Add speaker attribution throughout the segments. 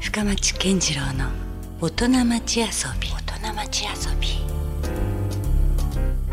Speaker 1: 深町健次郎の大人町遊び大人町遊び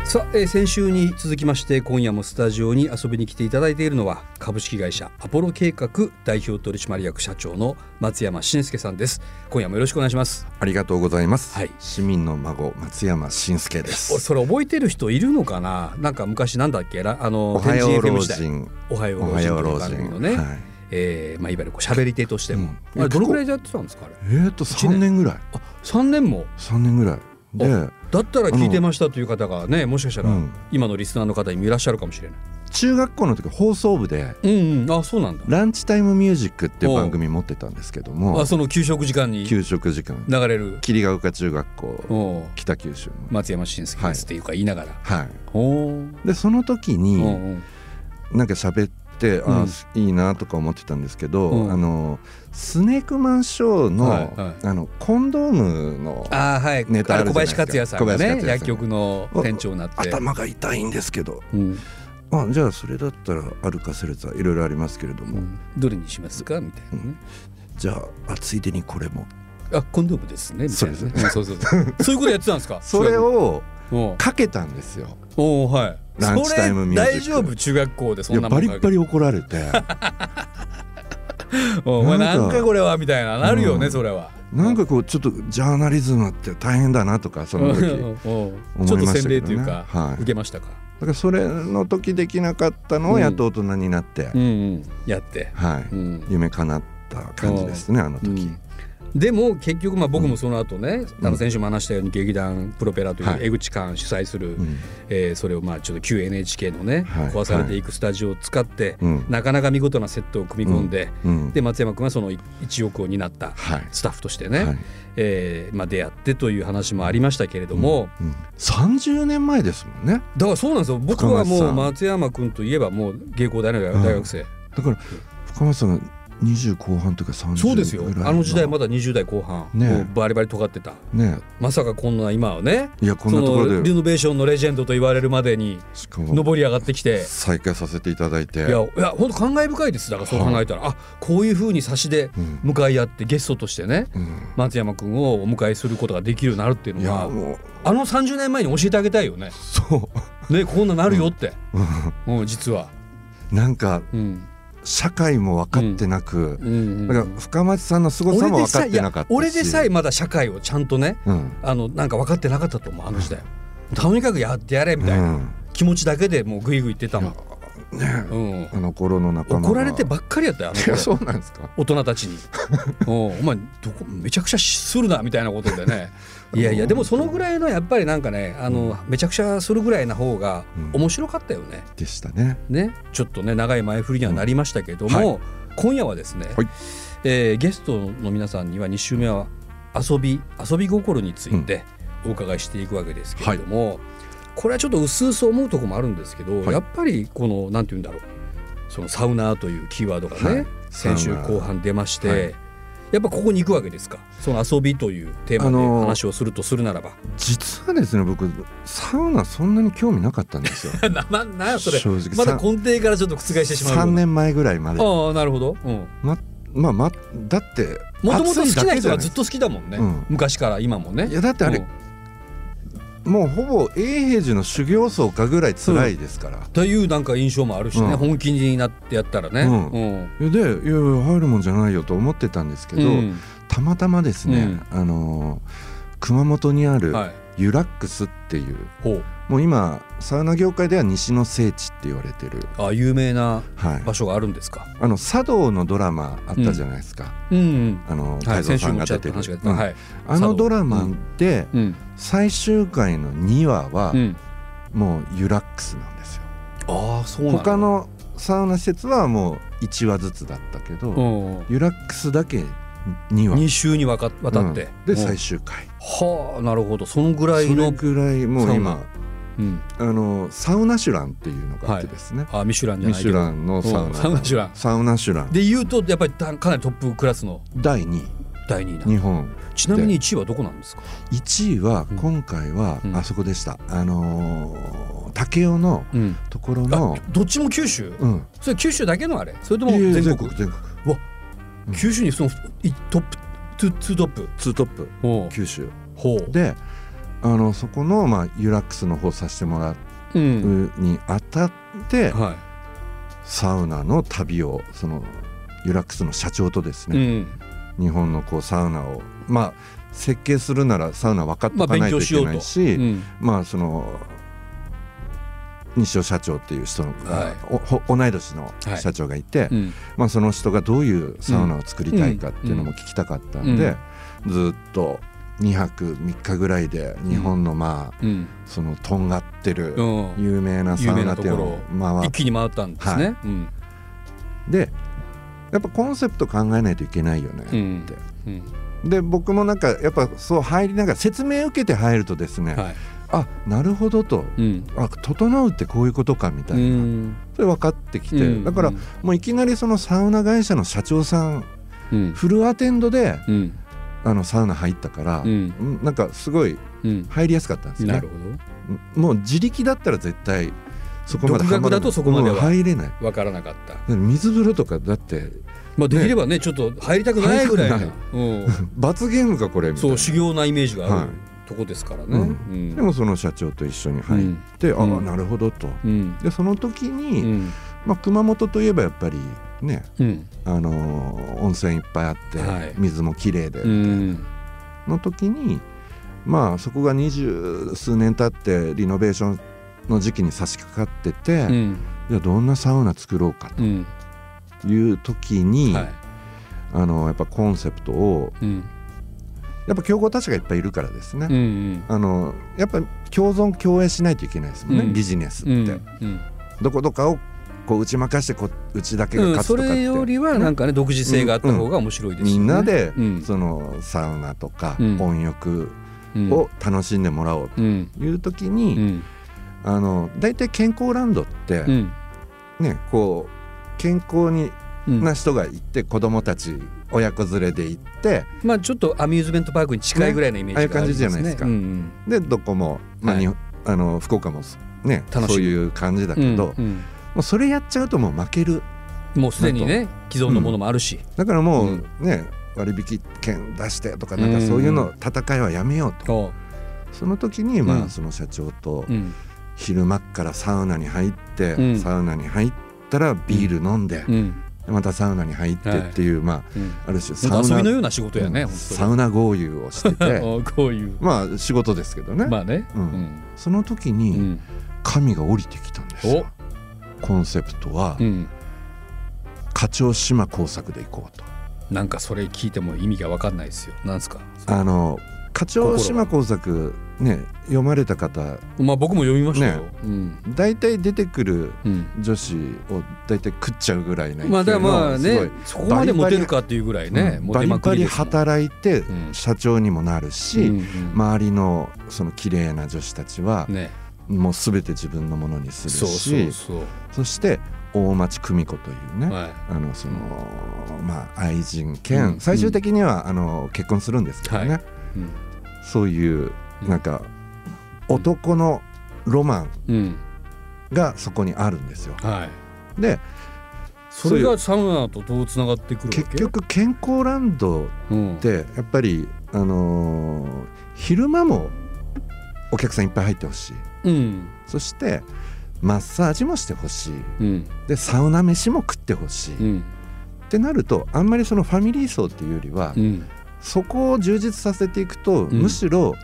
Speaker 2: さあ、えー先週に続きまして今夜もスタジオに遊びに来ていただいているのは株式会社アポロ計画代表取締役社長の松山信介さんです今夜もよろしくお願いします
Speaker 3: ありがとうございます。
Speaker 2: はい
Speaker 3: 市民の孫松山信介です
Speaker 2: お。それ覚えてる人いるのかななんか昔なんだっけらあの
Speaker 3: おはよ
Speaker 2: 天
Speaker 3: う
Speaker 2: 神 FM
Speaker 3: 老
Speaker 2: 時代
Speaker 3: 人。
Speaker 2: おはよう
Speaker 3: お
Speaker 2: 老
Speaker 3: は
Speaker 2: 人と
Speaker 3: よう
Speaker 2: いう
Speaker 3: 老
Speaker 2: 番組の
Speaker 3: 人。
Speaker 2: ね、
Speaker 3: はい。
Speaker 2: えーまあ、いわゆるこう喋り手としても、
Speaker 3: うん
Speaker 2: あれどのくらいでやってたんですかあれ
Speaker 3: えー、っと三年ぐらい。
Speaker 2: あ三年も
Speaker 3: 三年ぐらい。で、
Speaker 2: だったら聞いてましたという方がねもしかしたら
Speaker 3: うん
Speaker 2: 今のリスナーの方にもいらっしゃるかもしれない
Speaker 3: 中学校の時放送部で
Speaker 2: うん、うん、あそうなんだ
Speaker 3: ランチタイムミュージックっていう番組持ってたんですけども
Speaker 2: あ、その給食時間に流
Speaker 3: 給食時間。
Speaker 2: れる
Speaker 3: 霧ヶ丘中学校
Speaker 2: おう
Speaker 3: 北九州の。
Speaker 2: 松山信介ですっていうか言いながら、
Speaker 3: は
Speaker 2: おー
Speaker 3: い。でその時に。
Speaker 2: おう
Speaker 3: なんか喋ってあー、いいなとか思ってたんですけど、
Speaker 2: うん
Speaker 3: あのスネークマンショーの,、
Speaker 2: はいはい
Speaker 3: あのコンドームの
Speaker 2: あーはい
Speaker 3: ネタある
Speaker 2: 小
Speaker 3: じゃないで
Speaker 2: 林
Speaker 3: す
Speaker 2: 克也さ
Speaker 3: か
Speaker 2: んが
Speaker 3: 小林克
Speaker 2: ね
Speaker 3: 也さん
Speaker 2: 薬局の店長になって、
Speaker 3: 頭が痛いんですけど
Speaker 2: うん
Speaker 3: あじゃあそれだったら歩かせるやいろいろありますけれど
Speaker 2: う
Speaker 3: も、
Speaker 2: ん、どれにしますかみたいなね、
Speaker 3: じゃああついでにこれも
Speaker 2: あコンドームですねみたいな
Speaker 3: そう
Speaker 2: ね
Speaker 3: で
Speaker 2: うんそうそうそう そういうことやってたんですか
Speaker 3: それを
Speaker 2: おう
Speaker 3: かけたんですよ。
Speaker 2: おうはい
Speaker 3: ランチタイムミュージック
Speaker 2: それ大丈夫中学校でそ
Speaker 3: いや
Speaker 2: んなも
Speaker 3: バ
Speaker 2: ん
Speaker 3: リ
Speaker 2: か
Speaker 3: ッバリ怒ら れて
Speaker 2: おうお前
Speaker 3: なん
Speaker 2: な
Speaker 3: か
Speaker 2: んかこれはみたいななるよね、
Speaker 3: うん
Speaker 2: それは
Speaker 3: なんかこうちょっとジャーナリズムって大変だなとかその時だ
Speaker 2: うんおう
Speaker 3: 思いま
Speaker 2: ちょっと
Speaker 3: したけどね
Speaker 2: 洗礼というか、
Speaker 3: はい
Speaker 2: 受けましたか
Speaker 3: からそれの時できなかったの
Speaker 2: う
Speaker 3: を
Speaker 2: ん
Speaker 3: やっと大人になって、
Speaker 2: うん、うん、やって、
Speaker 3: はい、
Speaker 2: うん、
Speaker 3: 夢叶った感じですねあの時、
Speaker 2: うんでも結局まあ僕もその後ね、
Speaker 3: うん
Speaker 2: あの先週も話したように劇団プロペラとい
Speaker 3: は
Speaker 2: う
Speaker 3: い
Speaker 2: 江口館主催する、
Speaker 3: うん
Speaker 2: えーそれをまあちょっと旧 NHK のね、
Speaker 3: はい
Speaker 2: 壊されていくスタジオを使って、
Speaker 3: うん
Speaker 2: なかなか見事なセットを組み込んで、
Speaker 3: うん
Speaker 2: で松山君はその一億を担った
Speaker 3: はい
Speaker 2: スタッフとしてね、
Speaker 3: はい
Speaker 2: えーまあ、出会ってという話もありましたけれども、
Speaker 3: うん、30年前ですもんね
Speaker 2: だからそうなんですよ僕は
Speaker 3: 深町
Speaker 2: も
Speaker 3: さ
Speaker 2: うん松山君といえばもう芸工大の大学生、
Speaker 3: だから深松さんが20後半というか30
Speaker 2: そうですよ
Speaker 3: ぐらい
Speaker 2: あの時代ま
Speaker 3: だ
Speaker 2: だ20代後半、
Speaker 3: ねえ
Speaker 2: もうバリバリ尖ってた
Speaker 3: ね
Speaker 2: まさかこんな今はね
Speaker 3: いやこんなとこ
Speaker 2: そ
Speaker 3: ろ
Speaker 2: のリ
Speaker 3: で
Speaker 2: ノベーションのレジェンドと言われるまでに
Speaker 3: しかも
Speaker 2: 上り上がってきて。
Speaker 3: 再開させていただいて
Speaker 2: いやいや本当感慨深いですだからそう考えたら、あこういうふうに差しで
Speaker 3: うん
Speaker 2: 向かい合ってゲストとしてね
Speaker 3: うん
Speaker 2: 松山君をお迎えすることができるようになるっていう
Speaker 3: い
Speaker 2: の
Speaker 3: や
Speaker 2: は
Speaker 3: もう
Speaker 2: あの30年前に教えてあげたいよね
Speaker 3: そ
Speaker 2: ねこんななるよって、
Speaker 3: うう
Speaker 2: うん実は、
Speaker 3: んなんか
Speaker 2: うん
Speaker 3: 社会も分かってなく、
Speaker 2: うんうん
Speaker 3: だから深松さんの凄さも
Speaker 2: 俺で
Speaker 3: 分か
Speaker 2: さ
Speaker 3: っ
Speaker 2: え
Speaker 3: てなかったし
Speaker 2: いや俺でさえまだ社会をちゃんとね
Speaker 3: うん
Speaker 2: あのなんか分かってなかったと思うあの時代とにかくやってやれみ
Speaker 3: う
Speaker 2: たいな、
Speaker 3: ん
Speaker 2: 気持ちだけでもうグイグイ言ってたもん、
Speaker 3: ね
Speaker 2: うん、
Speaker 3: あの頃の仲間が
Speaker 2: 怒られてばっかりやったよあの
Speaker 3: いや
Speaker 2: 頃
Speaker 3: そうなんですか
Speaker 2: 大人たち におうお前どこめちゃくちゃするなみたいなことで ねいやいやでもそのぐらいのやっぱりなんかねあのめちゃくちゃするぐらいな方が
Speaker 3: うん
Speaker 2: 面白かったよね。
Speaker 3: でしたね
Speaker 2: ねちょっとね長い前振りにはなりましたけども、
Speaker 3: うんは
Speaker 2: 今夜はですね、
Speaker 3: はい
Speaker 2: えーゲストの皆さんには2週目は遊び遊び心についてお伺いしていくわけですけれども、これはちょっと薄々思うところもあるんですけど、
Speaker 3: はい
Speaker 2: やっぱりこのなんて言うんだろうそのサウナーというキーワードがね、
Speaker 3: はい
Speaker 2: 先週後半出まして、
Speaker 3: はい
Speaker 2: やっぱここに行くわけですかその遊びというテーマ
Speaker 3: あ
Speaker 2: で
Speaker 3: のー
Speaker 2: 話をするとするならば、
Speaker 3: 実はですね僕サウナそんなに興味なかったんですよ
Speaker 2: なななんやそれ
Speaker 3: 正直
Speaker 2: まだ
Speaker 3: さん
Speaker 2: 根底からちょっ と覆してしまうよう
Speaker 3: 3
Speaker 2: な
Speaker 3: 年前ぐらいまで
Speaker 2: ああなるほど、うん、
Speaker 3: まあまだって
Speaker 2: もともと好
Speaker 3: 暑い
Speaker 2: き
Speaker 3: だ
Speaker 2: な
Speaker 3: けじ
Speaker 2: 人
Speaker 3: ゃ
Speaker 2: はいずっと好きだもんね、
Speaker 3: うん
Speaker 2: 昔から今もね
Speaker 3: いやだってあれ
Speaker 2: うん
Speaker 3: もうほぼ永平寺の修行僧かぐらい辛いですから、
Speaker 2: というなんか印象もあるしね、
Speaker 3: うん
Speaker 2: 本気になってやったらね、
Speaker 3: うん
Speaker 2: うん
Speaker 3: でいやいや入るもんじゃないよと思ってたんですけど、
Speaker 2: うん
Speaker 3: たまたまですね、あのー熊本にある
Speaker 2: はい
Speaker 3: ユラックスっていう、
Speaker 2: ほう
Speaker 3: もう今サウナ業界では西の聖地って言われてる、
Speaker 2: あ有名な
Speaker 3: はい、
Speaker 2: 場所があるんですか、
Speaker 3: あの茶道のドラマあったじゃないですか、
Speaker 2: うんうん
Speaker 3: あの
Speaker 2: は
Speaker 3: 太
Speaker 2: い、
Speaker 3: 蔵
Speaker 2: 先
Speaker 3: さ
Speaker 2: 週
Speaker 3: ん
Speaker 2: も
Speaker 3: が
Speaker 2: ちょ
Speaker 3: 出
Speaker 2: ってと
Speaker 3: る、
Speaker 2: 話が出
Speaker 3: う
Speaker 2: た、
Speaker 3: ん
Speaker 2: はい、
Speaker 3: あのドラマで
Speaker 2: うん
Speaker 3: 最終回の2話は
Speaker 2: うん、
Speaker 3: もうユラックスなんですよ。
Speaker 2: ああそうなんだ
Speaker 3: 他のサウナ施設はもう1話ずつだったけど、
Speaker 2: うん
Speaker 3: ユラックスだけ2話
Speaker 2: 二週にわかわたって、
Speaker 3: うんで
Speaker 2: うん
Speaker 3: 最終回
Speaker 2: はあなるほどそのぐらい
Speaker 3: それ
Speaker 2: の、
Speaker 3: ぐらいもう今
Speaker 2: うん、
Speaker 3: あのサウナシュランっていうのがあってですね、
Speaker 2: あミシュランじゃ
Speaker 3: ミ
Speaker 2: ない
Speaker 3: シ
Speaker 2: け
Speaker 3: ュ
Speaker 2: ど
Speaker 3: ランのサウ
Speaker 2: うん
Speaker 3: ナ
Speaker 2: サウナシュラン
Speaker 3: サウナシュラン
Speaker 2: で言うとやっぱりたかなりトップクラスの
Speaker 3: 第2
Speaker 2: 第二位な
Speaker 3: 位日本
Speaker 2: ちなみに一位はどこなんですか
Speaker 3: 1位は
Speaker 2: うん
Speaker 3: 今回は
Speaker 2: うん
Speaker 3: あそこでした、あのー竹雄の
Speaker 2: うん
Speaker 3: ところ
Speaker 2: あ
Speaker 3: の、
Speaker 2: どっちも九州
Speaker 3: うん、
Speaker 2: それ九州だけのあれそれとも
Speaker 3: いやいや
Speaker 2: 全
Speaker 3: 全
Speaker 2: 国
Speaker 3: 国全国
Speaker 2: 九州にそのいトップトゥツートップ
Speaker 3: ツートップ
Speaker 2: ほ
Speaker 3: 九州
Speaker 2: ほう
Speaker 3: であのそこの、まあ、ユラックスの方させてもら
Speaker 2: う
Speaker 3: うんにあたって、
Speaker 2: は
Speaker 3: サウナの旅をそのユラックスの社長とです
Speaker 2: い、う
Speaker 3: ね、
Speaker 2: ん、
Speaker 3: 日本のこうサウナをまあ設計するならサウナ分かって
Speaker 2: ま
Speaker 3: お
Speaker 2: あ
Speaker 3: かな
Speaker 2: 勉強
Speaker 3: いとい
Speaker 2: しよう
Speaker 3: けない
Speaker 2: と、
Speaker 3: し、
Speaker 2: うん
Speaker 3: まあその西尾社長っていう人の、
Speaker 2: はい
Speaker 3: おほ同い年の
Speaker 2: はい
Speaker 3: 社長がいて、
Speaker 2: うん
Speaker 3: まあ、その人がどういうサウナを作りたいかっていうのも聞きたかったんで、ずっと2泊3日ぐらいで日本のまあ
Speaker 2: うん
Speaker 3: そのとんがってる
Speaker 2: うん
Speaker 3: 有名なサウナ店を回っ
Speaker 2: 一気に回ったんですね、
Speaker 3: は
Speaker 2: うん
Speaker 3: てやっぱコンセプト考えないといけないよねって。
Speaker 2: うんうん
Speaker 3: で僕もなんかやっぱそう入りながら説明受けて入るとですね、
Speaker 2: はい
Speaker 3: あなるほどと
Speaker 2: うん
Speaker 3: あ整うってこういうことかみたいな、
Speaker 2: うん
Speaker 3: それ分かってきて、
Speaker 2: うん
Speaker 3: だから
Speaker 2: うん
Speaker 3: もういきなりそのサウナ会社の社長さん
Speaker 2: うん
Speaker 3: フルアテンドで
Speaker 2: うん
Speaker 3: あのサウナ入ったから、
Speaker 2: うん
Speaker 3: うんなんかすごい
Speaker 2: うん
Speaker 3: 入りやすかったんですよ
Speaker 2: な
Speaker 3: ね
Speaker 2: るほ
Speaker 3: もう自力だったら絶対そこまで
Speaker 2: 独学だとそこまでは
Speaker 3: もう入れない
Speaker 2: どわからなかった
Speaker 3: 水風呂とかだって
Speaker 2: まあできればねちょっと入りたくないぐらいな
Speaker 3: 入りた
Speaker 2: うん
Speaker 3: 罰ゲームかこれみたい
Speaker 2: そ
Speaker 3: な
Speaker 2: う修行なイメージがあ
Speaker 3: は
Speaker 2: るとこですからね、
Speaker 3: うん
Speaker 2: うん
Speaker 3: でもその社長と一緒に入って、
Speaker 2: ん
Speaker 3: あ
Speaker 2: う
Speaker 3: あ
Speaker 2: ん
Speaker 3: なるほどと
Speaker 2: うん
Speaker 3: でその時に、
Speaker 2: うん
Speaker 3: まあ、熊本といえばやっぱりね、
Speaker 2: うん
Speaker 3: あのー温泉いっぱいあって、
Speaker 2: はい
Speaker 3: 水もきれいで、
Speaker 2: うん
Speaker 3: の時にまあそこが二十数年経ってリノベーションの時期に差し掛かってて、
Speaker 2: うん
Speaker 3: じゃあどんなサウナ作ろうか
Speaker 2: うん
Speaker 3: という時に、
Speaker 2: はい
Speaker 3: あのやっぱコンセプトを
Speaker 2: うん
Speaker 3: やっぱ競合他社がいっぱいいるからですね、
Speaker 2: うんうん
Speaker 3: あのやっぱ共存共栄しないといけないですもんね、
Speaker 2: うん
Speaker 3: ビジネスって、
Speaker 2: うんうん
Speaker 3: どこどかをこう打ち負かしてこうちだけが
Speaker 2: うん
Speaker 3: 勝つと
Speaker 2: そ
Speaker 3: かって、
Speaker 2: れよりはなんかね独自性があった方が面白いですよね
Speaker 3: みんなで、
Speaker 2: うん
Speaker 3: そのサウナとか
Speaker 2: うん
Speaker 3: 温浴
Speaker 2: うん
Speaker 3: を楽しんでもらおう
Speaker 2: うん
Speaker 3: という時
Speaker 2: う
Speaker 3: に、
Speaker 2: ん
Speaker 3: あの大体健康ランドって、
Speaker 2: うん
Speaker 3: ねこう健康に
Speaker 2: うん
Speaker 3: な人が行って、子供たち親子連れで行って
Speaker 2: まあちょっとアミューズメントパークに近いぐらいのイメージがあるんですね
Speaker 3: ねああいう感じじゃないですか
Speaker 2: うんうん
Speaker 3: でどこも、まあ
Speaker 2: はい
Speaker 3: にあの福岡もね
Speaker 2: 楽しむ
Speaker 3: そういう感じだけど、も
Speaker 2: うんうん
Speaker 3: うそれやっちゃうともう負ける
Speaker 2: もうすでにね既存のものもあるし、
Speaker 3: だからも
Speaker 2: う
Speaker 3: うね、割引券出してとかなんかそういうの戦いはやめようと、
Speaker 2: おう
Speaker 3: その時にま
Speaker 2: うん
Speaker 3: あその社長と
Speaker 2: うん
Speaker 3: 昼間っからサウナに入って、
Speaker 2: うん
Speaker 3: サウナに入ったらビール飲んで、
Speaker 2: うん
Speaker 3: またサウナに入ってっていう、ま
Speaker 2: うん
Speaker 3: あある種サ
Speaker 2: 本
Speaker 3: ウ
Speaker 2: 当遊びの
Speaker 3: ナ
Speaker 2: ような仕事やね、
Speaker 3: うん
Speaker 2: 本
Speaker 3: サウナ豪遊をして
Speaker 2: 当に
Speaker 3: て
Speaker 2: おこういう
Speaker 3: まあ仕事ですけどね、
Speaker 2: まあね、
Speaker 3: うん
Speaker 2: ん
Speaker 3: その時
Speaker 2: う
Speaker 3: に
Speaker 2: ん
Speaker 3: 神が降りてきたんですよ、コンセプトは
Speaker 2: うん、
Speaker 3: 課長島工作で行こうと
Speaker 2: なんかそれ聞いても意味が分かんないですよなんですか
Speaker 3: あの課長島工作ね読まれた方
Speaker 2: まあ僕も読みましたよ、
Speaker 3: ね
Speaker 2: うん
Speaker 3: 大体出てくる
Speaker 2: うん
Speaker 3: 女子を大体食っちゃうぐらいの勢いの
Speaker 2: まあだからまあ
Speaker 3: すご
Speaker 2: ね
Speaker 3: い
Speaker 2: そこまでモテるかっていうぐらいね、
Speaker 3: うん
Speaker 2: モ
Speaker 3: バ
Speaker 2: テ
Speaker 3: リ
Speaker 2: まく
Speaker 3: バ
Speaker 2: り
Speaker 3: リ
Speaker 2: ですもん
Speaker 3: 働いて
Speaker 2: うん
Speaker 3: 社長にもなるし、
Speaker 2: うんうん
Speaker 3: 周りのその綺麗な女子たちは
Speaker 2: ね
Speaker 3: もう全て自分のものにするし
Speaker 2: そうそうそう、
Speaker 3: そして大町久美子というね、
Speaker 2: は
Speaker 3: あのそのまあ、愛人兼、
Speaker 2: うん
Speaker 3: 最終的には、あの結婚するんですけどね、
Speaker 2: はいう
Speaker 3: そういう
Speaker 2: うん
Speaker 3: なんか男のロマン
Speaker 2: ん、うん、
Speaker 3: がそこにあるんですよ。
Speaker 2: はい
Speaker 3: で
Speaker 2: それがサウナとどうつながってくるわけ
Speaker 3: 結、局健康ランド
Speaker 2: うん
Speaker 3: っ、てやっぱり、あのー昼間もお客さんいっぱい入ってほしい
Speaker 2: うん
Speaker 3: そしてマッサージもしてほしい
Speaker 2: うん
Speaker 3: でサウナ飯も食ってほしい、
Speaker 2: う
Speaker 3: っ
Speaker 2: ん
Speaker 3: てなるとあんまりそのファミリー層っていうよりは、
Speaker 2: うん
Speaker 3: そこを充実させていくと、
Speaker 2: ん
Speaker 3: むしろ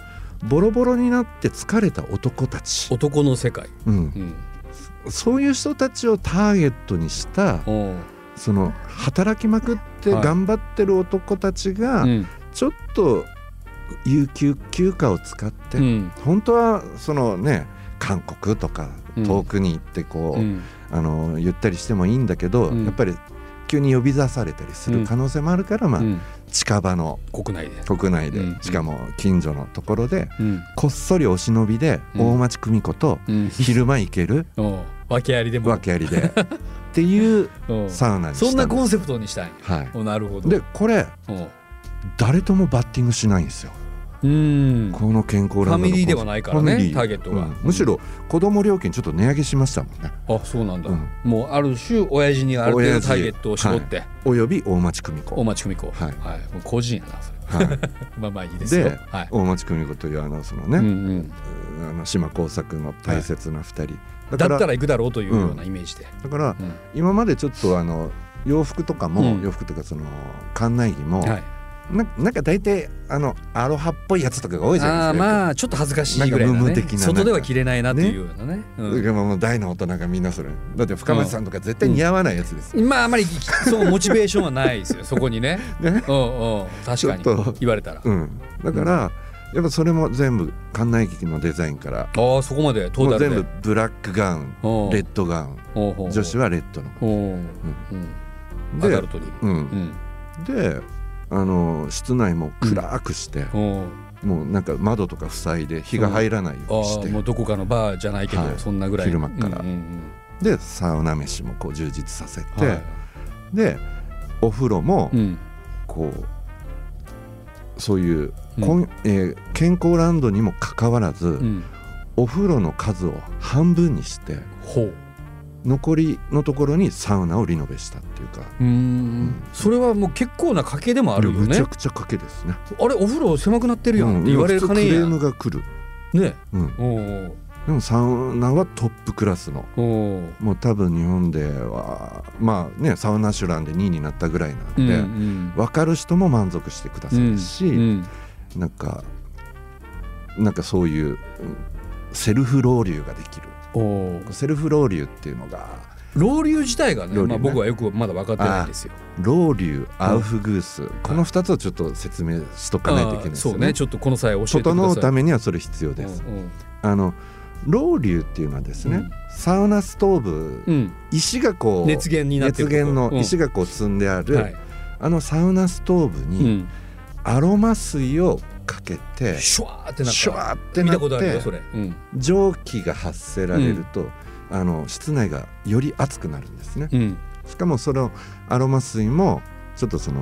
Speaker 3: ボロボロになって疲れた男たち、
Speaker 2: 男の世界、
Speaker 3: うん、
Speaker 2: うん、
Speaker 3: そういう人たちをターゲットにした
Speaker 2: おう
Speaker 3: その働きまくって
Speaker 2: はい
Speaker 3: 頑張ってる男たちが、
Speaker 2: うん
Speaker 3: ちょっと有給休暇を使って、
Speaker 2: うん
Speaker 3: 本当はそのね韓国とか
Speaker 2: うん
Speaker 3: 遠くに行ってこう、
Speaker 2: うん
Speaker 3: あのゆったりしてもいいんだけど、
Speaker 2: うん
Speaker 3: やっぱり急に呼び出されたりする可能性もあるから、まあ
Speaker 2: うん
Speaker 3: 近場の
Speaker 2: 国内で、
Speaker 3: 国内で、
Speaker 2: うん
Speaker 3: しかも近所のところで
Speaker 2: うん
Speaker 3: こっそりお忍びで
Speaker 2: うん
Speaker 3: 大町久美子と
Speaker 2: うん、
Speaker 3: 昼間行ける
Speaker 2: おう訳ありでも
Speaker 3: 訳 ありでっていう
Speaker 2: おう
Speaker 3: サウナにした
Speaker 2: そんなコン
Speaker 3: セ
Speaker 2: セプトにしたい
Speaker 3: プト、は
Speaker 2: おなるほ
Speaker 3: い、
Speaker 2: ど
Speaker 3: でこれ
Speaker 2: おう
Speaker 3: 誰ともバッティングしないんですよ
Speaker 2: うん
Speaker 3: この健康ランドの
Speaker 2: ファミリーではないからね
Speaker 3: ファミリ
Speaker 2: ターゲットが
Speaker 3: うんむしろ子供料金ちょっと値上げしましたもんね
Speaker 2: あそうなんだ、
Speaker 3: うん
Speaker 2: もうある種親父にある程度ターゲットを絞って、
Speaker 3: および大町久美子
Speaker 2: 大町久美子
Speaker 3: は
Speaker 2: も
Speaker 3: い
Speaker 2: う個人やなそれ
Speaker 3: はい
Speaker 2: まあまあいいですよ
Speaker 3: で
Speaker 2: はい、
Speaker 3: 大町久美子というあのそのね、
Speaker 2: うんうん、
Speaker 3: あの島耕作の大切な二人、だ
Speaker 2: だ
Speaker 3: か
Speaker 2: っ
Speaker 3: ら
Speaker 2: たら行くだろうというようなイメージで、
Speaker 3: だから
Speaker 2: うん
Speaker 3: 今までちょっとあの洋服とかも、
Speaker 2: うん
Speaker 3: 洋服とかその館内着も、
Speaker 2: はい、
Speaker 3: ななんか大体あのアロハっぽいやつとかが多いじゃ
Speaker 2: あ
Speaker 3: な
Speaker 2: あ
Speaker 3: いですか。
Speaker 2: まあちょっと恥ずかしいぐらいな,、ね、
Speaker 3: なんかムームー的な
Speaker 2: 外では着れないなというようなね
Speaker 3: よ
Speaker 2: う
Speaker 3: く
Speaker 2: ん
Speaker 3: だからもう大の大人がみんなそれだって深町さんとか絶対似合わないやつですよ、
Speaker 2: まああまりそうモチベーションはない ですよそこにね
Speaker 3: ね
Speaker 2: うんうん確かに
Speaker 3: ちょっと
Speaker 2: 言われたら、
Speaker 3: うん、だから、やっぱそれも全部館内着のデザインから
Speaker 2: ああそこまでトー
Speaker 3: も
Speaker 2: タ
Speaker 3: う
Speaker 2: ル
Speaker 3: 全
Speaker 2: で
Speaker 3: 部ブラックガウ
Speaker 2: う
Speaker 3: ン
Speaker 2: ん
Speaker 3: レッドガウ
Speaker 2: ほうほうほ
Speaker 3: ン
Speaker 2: う
Speaker 3: 女子はレッドの
Speaker 2: うんうんアダ
Speaker 3: で
Speaker 2: ルトに
Speaker 3: うん
Speaker 2: うん
Speaker 3: であの室内も暗くして、
Speaker 2: うん
Speaker 3: もうなんか窓とか塞いで日が入らないよう
Speaker 2: あ
Speaker 3: にし
Speaker 2: あ
Speaker 3: て、
Speaker 2: もうどこかのバーじゃないけど、
Speaker 3: はい
Speaker 2: そんなぐらい
Speaker 3: 昼間っから
Speaker 2: うんうん
Speaker 3: でサウナ飯もこう充実させ
Speaker 2: うん
Speaker 3: て、
Speaker 2: はい
Speaker 3: でお風呂も
Speaker 2: うん
Speaker 3: こう、そういう、
Speaker 2: うん
Speaker 3: こんえー健康ランドにもかかわらず、
Speaker 2: うん
Speaker 3: お風呂の数を半分にして
Speaker 2: ほう
Speaker 3: 残りのところにサウナをリノベしたっていうか、
Speaker 2: うーんそれはもう結構な賭けでもあるよ
Speaker 3: む
Speaker 2: ね
Speaker 3: ちゃくちゃ賭けですね。
Speaker 2: あれお風呂狭くなってるやんって言われるかね
Speaker 3: うん
Speaker 2: え
Speaker 3: クレ
Speaker 2: や
Speaker 3: ーム
Speaker 2: ん
Speaker 3: が来る、
Speaker 2: ね
Speaker 3: うん、
Speaker 2: おう
Speaker 3: でもサウナはトップクラスの
Speaker 2: おうおう
Speaker 3: もう多分日本ではまあねサウナシュランで2位になったぐらいなん
Speaker 2: うんう
Speaker 3: で、
Speaker 2: ん
Speaker 3: 分かる人も満足してくださるし、
Speaker 2: うん
Speaker 3: なんかなんかそういううんセルフロウリュができる
Speaker 2: おう
Speaker 3: セルフロウリュっていうのが
Speaker 2: 老流自体がね
Speaker 3: 老流
Speaker 2: ま
Speaker 3: ね
Speaker 2: あ、僕はよくまだ分かってないんですよ。
Speaker 3: ロウリュアウフグース、この2つをちょっと説明しとかないといけない
Speaker 2: あー
Speaker 3: です
Speaker 2: そ
Speaker 3: よ
Speaker 2: う
Speaker 3: ね
Speaker 2: ね。ちょっとこの際教えてください。
Speaker 3: 整うためにはそれ必要
Speaker 2: う
Speaker 3: です。
Speaker 2: ん
Speaker 3: あのロウリュっていうのはですね、
Speaker 2: うん
Speaker 3: サウナストーブ、
Speaker 2: うん
Speaker 3: 石がこう
Speaker 2: 熱源になってる
Speaker 3: 熱源の石がこう積んである、
Speaker 2: うんはい
Speaker 3: あのサウナストーブ
Speaker 2: う
Speaker 3: に
Speaker 2: ん、
Speaker 3: アロマ水をかけて、
Speaker 2: シュワーってな
Speaker 3: シュ
Speaker 2: っ
Speaker 3: ワーったて
Speaker 2: 見
Speaker 3: な
Speaker 2: たこと
Speaker 3: っ
Speaker 2: あるよ
Speaker 3: て
Speaker 2: それ。うん
Speaker 3: 蒸気が発せられると、あの室内がより熱くなるんですね、
Speaker 2: うん
Speaker 3: しかもそのアロマ水もちょっとその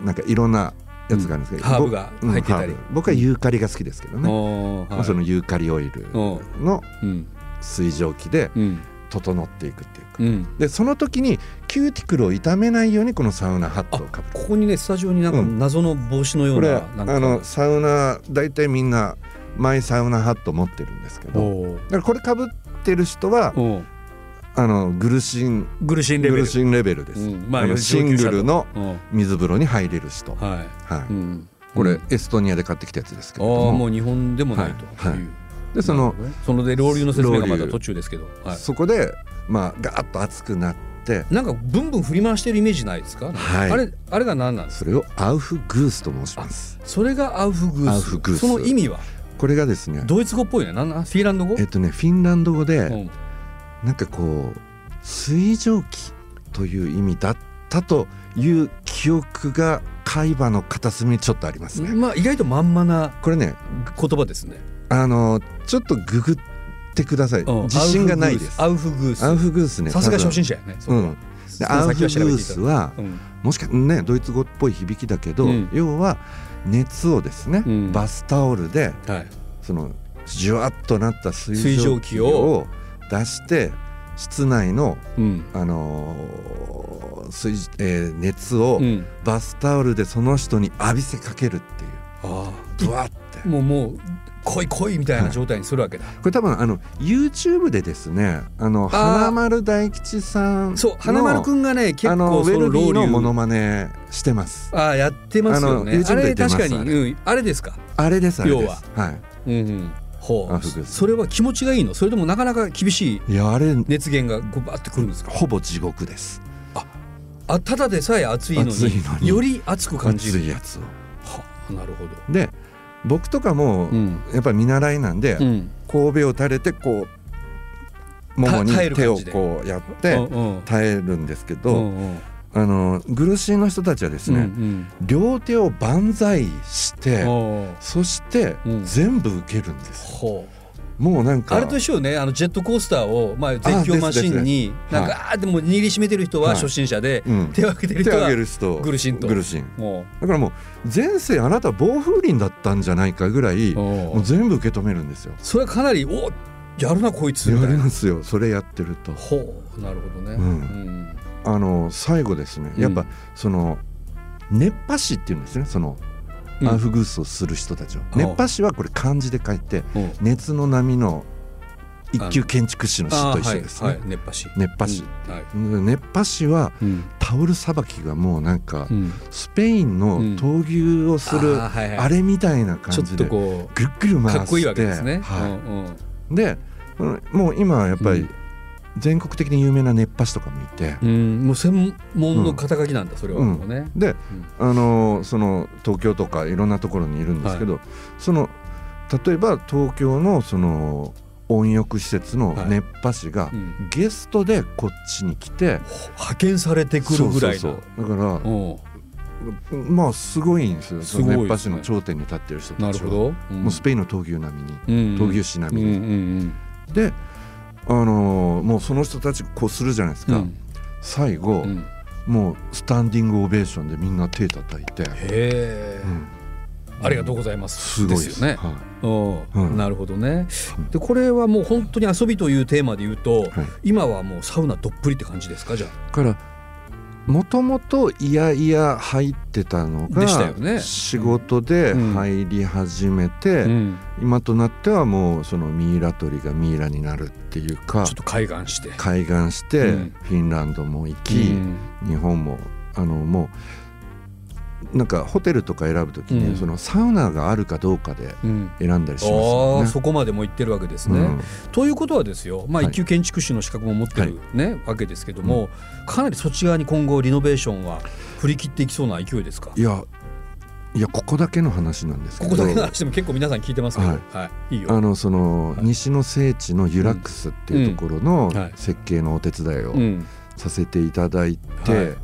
Speaker 3: なんかいろんなやつがあるんですけど、
Speaker 2: ハーブが
Speaker 3: うん
Speaker 2: 入ってたり
Speaker 3: ハー。ブ僕はユーカリが好きですけどね、
Speaker 2: おー
Speaker 3: まあそのユーカリオイル
Speaker 2: おう
Speaker 3: の
Speaker 2: うん
Speaker 3: 水蒸気で
Speaker 2: うん
Speaker 3: 整っていくっていうか、
Speaker 2: うん
Speaker 3: でその時にキューティクルを傷めないようにこのサウナハットをかぶる
Speaker 2: ここにねスタジオになんか
Speaker 3: うん
Speaker 2: 謎の帽子のよ
Speaker 3: こ
Speaker 2: う
Speaker 3: れ
Speaker 2: な,、
Speaker 3: あ
Speaker 2: なんか
Speaker 3: のサウナ大体みんなマイサウナハット持ってるんですけど
Speaker 2: おー
Speaker 3: だからこれかぶってる人は
Speaker 2: おー
Speaker 3: あのグルシン
Speaker 2: グルシン
Speaker 3: グ
Speaker 2: レベル
Speaker 3: ルシンレベルです、
Speaker 2: うんまあ
Speaker 3: あのシングルの
Speaker 2: うんは
Speaker 3: 水風呂に入れる人、はい
Speaker 2: い、うん、
Speaker 3: こ
Speaker 2: う
Speaker 3: れ
Speaker 2: ん
Speaker 3: エストニアで買ってきたやつですけ
Speaker 2: あ
Speaker 3: れど
Speaker 2: あも
Speaker 3: も
Speaker 2: う日本でもないという、
Speaker 3: はいはいでその、
Speaker 2: そので老流の説明がま
Speaker 3: 老
Speaker 2: だ
Speaker 3: 流
Speaker 2: 途中ですけど、は
Speaker 3: そこでまあガーッと熱くなって
Speaker 2: い、なんかブンブン振り回してるイメージないですか、なんか
Speaker 3: はい
Speaker 2: あれあれが何なんですか
Speaker 3: それをアウフグースと申します
Speaker 2: それがアウフグース
Speaker 3: アウフグース
Speaker 2: その意味は
Speaker 3: これがですね
Speaker 2: ドイツ語っぽいねなんなんフィンランド語
Speaker 3: えっとねフィンランド語で、
Speaker 2: うん
Speaker 3: なんかこう水蒸気という意味だったという記憶が海馬の片隅にちょっとありますね。
Speaker 2: まあ意外とまんまな
Speaker 3: これね
Speaker 2: 言葉ですね
Speaker 3: あのちょっとググってください
Speaker 2: うん
Speaker 3: 自信がないです。
Speaker 2: アウフグース
Speaker 3: ア
Speaker 2: アウ
Speaker 3: ウ
Speaker 2: フグー
Speaker 3: フグースね
Speaker 2: スさすが
Speaker 3: 多分
Speaker 2: 初心者やねそうこは
Speaker 3: ん、で
Speaker 2: そ
Speaker 3: ア
Speaker 2: の
Speaker 3: ウフ
Speaker 2: 先
Speaker 3: グ
Speaker 2: は調べていた
Speaker 3: ー
Speaker 2: だいて
Speaker 3: スは
Speaker 2: うん
Speaker 3: もしかねドイツ語っぽい響きだけど、
Speaker 2: うん
Speaker 3: 要は熱をですね、
Speaker 2: うん
Speaker 3: バスタオルで
Speaker 2: はい
Speaker 3: そのジュワッとなった水
Speaker 2: 水蒸
Speaker 3: 蒸
Speaker 2: 気
Speaker 3: 気
Speaker 2: を
Speaker 3: を出して室内の
Speaker 2: うん
Speaker 3: あのー水えー熱を
Speaker 2: うん
Speaker 3: バスタオルでその人に浴びせかけるっていう、
Speaker 2: あ
Speaker 3: ぶわって
Speaker 2: あもうもう来い来いみたいな状態にするわけだ、
Speaker 3: これ多分あの YouTube でですねあの花丸大吉さんの
Speaker 2: そう花丸くんがね結
Speaker 3: あ
Speaker 2: 構
Speaker 3: のウ
Speaker 2: そ
Speaker 3: ェ
Speaker 2: の
Speaker 3: ルビ
Speaker 2: ロ
Speaker 3: ー
Speaker 2: ウリ
Speaker 3: の
Speaker 2: ュ
Speaker 3: モノマネしてます
Speaker 2: ああやってますよね
Speaker 3: あの
Speaker 2: あ
Speaker 3: YouTube
Speaker 2: れ
Speaker 3: で出ます
Speaker 2: 確かに
Speaker 3: あ
Speaker 2: あ
Speaker 3: れ
Speaker 2: れ,、うん、あれですか
Speaker 3: あれですあれで
Speaker 2: 要
Speaker 3: す
Speaker 2: は
Speaker 3: は
Speaker 2: うんうんほ
Speaker 3: あそう
Speaker 2: う
Speaker 3: です
Speaker 2: それは気持ちがいいのそれともなかなか厳しい
Speaker 3: いいやあれ
Speaker 2: 熱源がこうバーってくるんですか
Speaker 3: ほぼ地獄です
Speaker 2: あただでさえ暑いのに
Speaker 3: 暑いのに
Speaker 2: より熱く感じ
Speaker 3: 熱
Speaker 2: る
Speaker 3: いやつを
Speaker 2: はあなるほど
Speaker 3: で僕とかも、
Speaker 2: うん
Speaker 3: やっぱり見習いなんで、
Speaker 2: うん
Speaker 3: 神戸を垂れてこうももに
Speaker 2: た耐える
Speaker 3: 手
Speaker 2: 感
Speaker 3: を
Speaker 2: じで
Speaker 3: こうやっ
Speaker 2: う
Speaker 3: て
Speaker 2: んうん
Speaker 3: 耐えるんですけど、
Speaker 2: うんうん
Speaker 3: あのグルシーの人たちはです
Speaker 2: うんう
Speaker 3: ね、
Speaker 2: ん
Speaker 3: 両手を万歳して
Speaker 2: おー
Speaker 3: そして
Speaker 2: うん
Speaker 3: 全部受けるんです、
Speaker 2: ほう
Speaker 3: もうなんか
Speaker 2: あれと一緒よねあのジェットコースターを、まあ、絶
Speaker 3: あで
Speaker 2: 叫
Speaker 3: す
Speaker 2: マシンに
Speaker 3: です
Speaker 2: なんか、あーでも握りしめてる人は
Speaker 3: はい
Speaker 2: 初心者で、
Speaker 3: うん
Speaker 2: 手を挙げてる人
Speaker 3: 手を挙
Speaker 2: は
Speaker 3: げる人
Speaker 2: グルシンと
Speaker 3: グルシン
Speaker 2: も
Speaker 3: だからもう前世あなた暴風林だったんじゃないかぐらいうもう全部受け止めるんですよ。
Speaker 2: それはかなりおやるなこいつみ
Speaker 3: や
Speaker 2: たい
Speaker 3: り
Speaker 2: な
Speaker 3: ますよそれやってると
Speaker 2: ほうなるほどね、
Speaker 3: うんあの最後ですねやっぱ、
Speaker 2: うん
Speaker 3: その熱波師っていうんですねその
Speaker 2: うん
Speaker 3: アウフグースをする人たちを、
Speaker 2: あ
Speaker 3: 熱波師はこれ漢字で書いて
Speaker 2: うん
Speaker 3: 熱の波の一級建築士の師
Speaker 2: あ
Speaker 3: と
Speaker 2: ー
Speaker 3: 一緒ですね、
Speaker 2: はいはい、熱波師
Speaker 3: 熱波師、
Speaker 2: うんはい
Speaker 3: 熱波師は
Speaker 2: うん
Speaker 3: タオルさばきがもうなんか
Speaker 2: うん
Speaker 3: スペインの闘牛をする
Speaker 2: あーはいはい
Speaker 3: あれみたいな感
Speaker 2: ちょ
Speaker 3: じ
Speaker 2: っ
Speaker 3: で
Speaker 2: と
Speaker 3: ぐっ
Speaker 2: こ
Speaker 3: ぐる
Speaker 2: う
Speaker 3: 回して
Speaker 2: かっこいいわけですね、
Speaker 3: はい
Speaker 2: うんうん
Speaker 3: でこのもう今はやっぱ
Speaker 2: う
Speaker 3: り
Speaker 2: ん
Speaker 3: 全国的に有名な熱波師とかもいて、
Speaker 2: うん、もう専門の肩書きなんだ、それはもうね、
Speaker 3: で、あのーその東京とかいろんなところにいるんですけど、その例えば東京のその温浴施設の
Speaker 2: はい
Speaker 3: 熱波師が
Speaker 2: うん
Speaker 3: ゲストでこっちに来て、
Speaker 2: 派遣されてくるぐらいの
Speaker 3: そうそうそうだか
Speaker 2: おう
Speaker 3: らまあすごいんですよ
Speaker 2: すごいです
Speaker 3: その
Speaker 2: ね
Speaker 3: 熱波師の頂点に立ってる人たちは
Speaker 2: なるほど、
Speaker 3: もうスペインの闘牛並みに、
Speaker 2: うんうん
Speaker 3: 闘牛士
Speaker 2: う
Speaker 3: 並
Speaker 2: ん
Speaker 3: み
Speaker 2: う
Speaker 3: に、
Speaker 2: ん
Speaker 3: であのーもうその人たちこうするじゃないです
Speaker 2: うんう
Speaker 3: か、
Speaker 2: ん
Speaker 3: 最後、
Speaker 2: うんへ
Speaker 3: もうスタンディングオベーションでみんな手叩いて、
Speaker 2: え、
Speaker 3: うん
Speaker 2: ありがとうございます
Speaker 3: すごい
Speaker 2: ですよね、
Speaker 3: はい
Speaker 2: おう
Speaker 3: うん
Speaker 2: なるほどねでこれはもう本当に遊びというテーマで言うと、
Speaker 3: はい
Speaker 2: 今はもうサウナどっぷりって感じですかじゃあ
Speaker 3: からもともといやいや入ってたのが
Speaker 2: でしたよね
Speaker 3: 仕事で
Speaker 2: うん
Speaker 3: 入り始めて、
Speaker 2: うん
Speaker 3: 今となってはもうそのミイラ取りがミイラになるっていうか
Speaker 2: ちょっと海岸して
Speaker 3: 開眼して
Speaker 2: うん
Speaker 3: フィンランドも行き、
Speaker 2: うん
Speaker 3: 日本もあのもうなんかホテルとか選ぶ時に、
Speaker 2: うん
Speaker 3: そのサウナがあるかどうかで
Speaker 2: うん
Speaker 3: 選んだりしま
Speaker 2: あ
Speaker 3: すよ
Speaker 2: あ
Speaker 3: ね。
Speaker 2: そこまでも行ってるわけですね。
Speaker 3: うん
Speaker 2: ということはですよ、まあ、
Speaker 3: はい
Speaker 2: 一級建築士の資格も持ってる、ねわけですけども、かなりそっち側に今後リノベーションは振り切っていきそうな勢いですか
Speaker 3: いやいやここだけの話なんですけ
Speaker 2: こ
Speaker 3: ど
Speaker 2: こだけの話でも結構皆さん聞いてますけど、は
Speaker 3: はいい
Speaker 2: い、いよ。
Speaker 3: あのその
Speaker 2: はい
Speaker 3: 西の聖地のユラックスっていうところの
Speaker 2: うんはい
Speaker 3: 設計のお手伝いを
Speaker 2: うん
Speaker 3: させていただい
Speaker 2: は
Speaker 3: て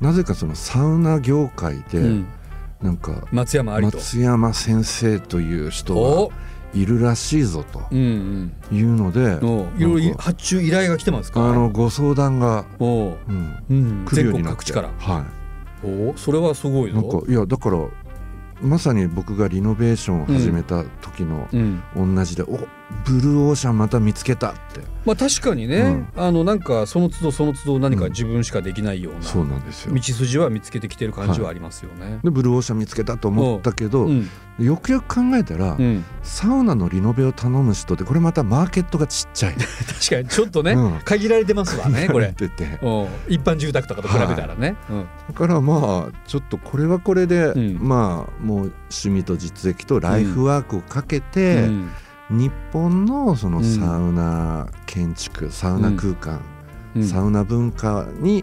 Speaker 3: なぜかそのサウナ業界
Speaker 2: う
Speaker 3: で
Speaker 2: ん、
Speaker 3: なんか
Speaker 2: 松山ありと。
Speaker 3: 松山先生という人
Speaker 2: お
Speaker 3: がいるらしいぞと
Speaker 2: うん
Speaker 3: いうので
Speaker 2: うん、おいろいろ発注依頼が来てますか
Speaker 3: あのご相談が、
Speaker 2: おう、
Speaker 3: うん、
Speaker 2: うん、
Speaker 3: 来る
Speaker 2: 全
Speaker 3: よう
Speaker 2: 国
Speaker 3: になっ
Speaker 2: 各
Speaker 3: て
Speaker 2: 地から
Speaker 3: は
Speaker 2: おうそれはすごい
Speaker 3: い
Speaker 2: ぞ
Speaker 3: なんかいやだからまさに僕がリノベーションを始めた時の
Speaker 2: うん
Speaker 3: 同じで「おブルーオーシャンまた見つけた」って
Speaker 2: まあ、確かにね、
Speaker 3: うん
Speaker 2: あのなんかその都度その都度何か
Speaker 3: うん
Speaker 2: 自分しかできないような
Speaker 3: そうなんですよ
Speaker 2: 道。筋は見つけてきてる感じはありますよね。
Speaker 3: でブルーオーシャン見つけたと思ったけど、
Speaker 2: うん
Speaker 3: よくよく考えたら、
Speaker 2: うん、
Speaker 3: サウナのリノベを頼む人ってこれまたマーケットがちっちゃい
Speaker 2: 確かにちょっとね、
Speaker 3: うん
Speaker 2: 限られてますわ ねこれ
Speaker 3: っ。て て
Speaker 2: うん一般住宅とかと比べたらね。うん
Speaker 3: だからまあちょっとこれはこれで、
Speaker 2: うん
Speaker 3: まあもう趣味と実益とライフワークをかけて、
Speaker 2: うん
Speaker 3: 日本のその
Speaker 2: うん
Speaker 3: サウナ建築、サウナ空間、
Speaker 2: うん
Speaker 3: サウナ文化に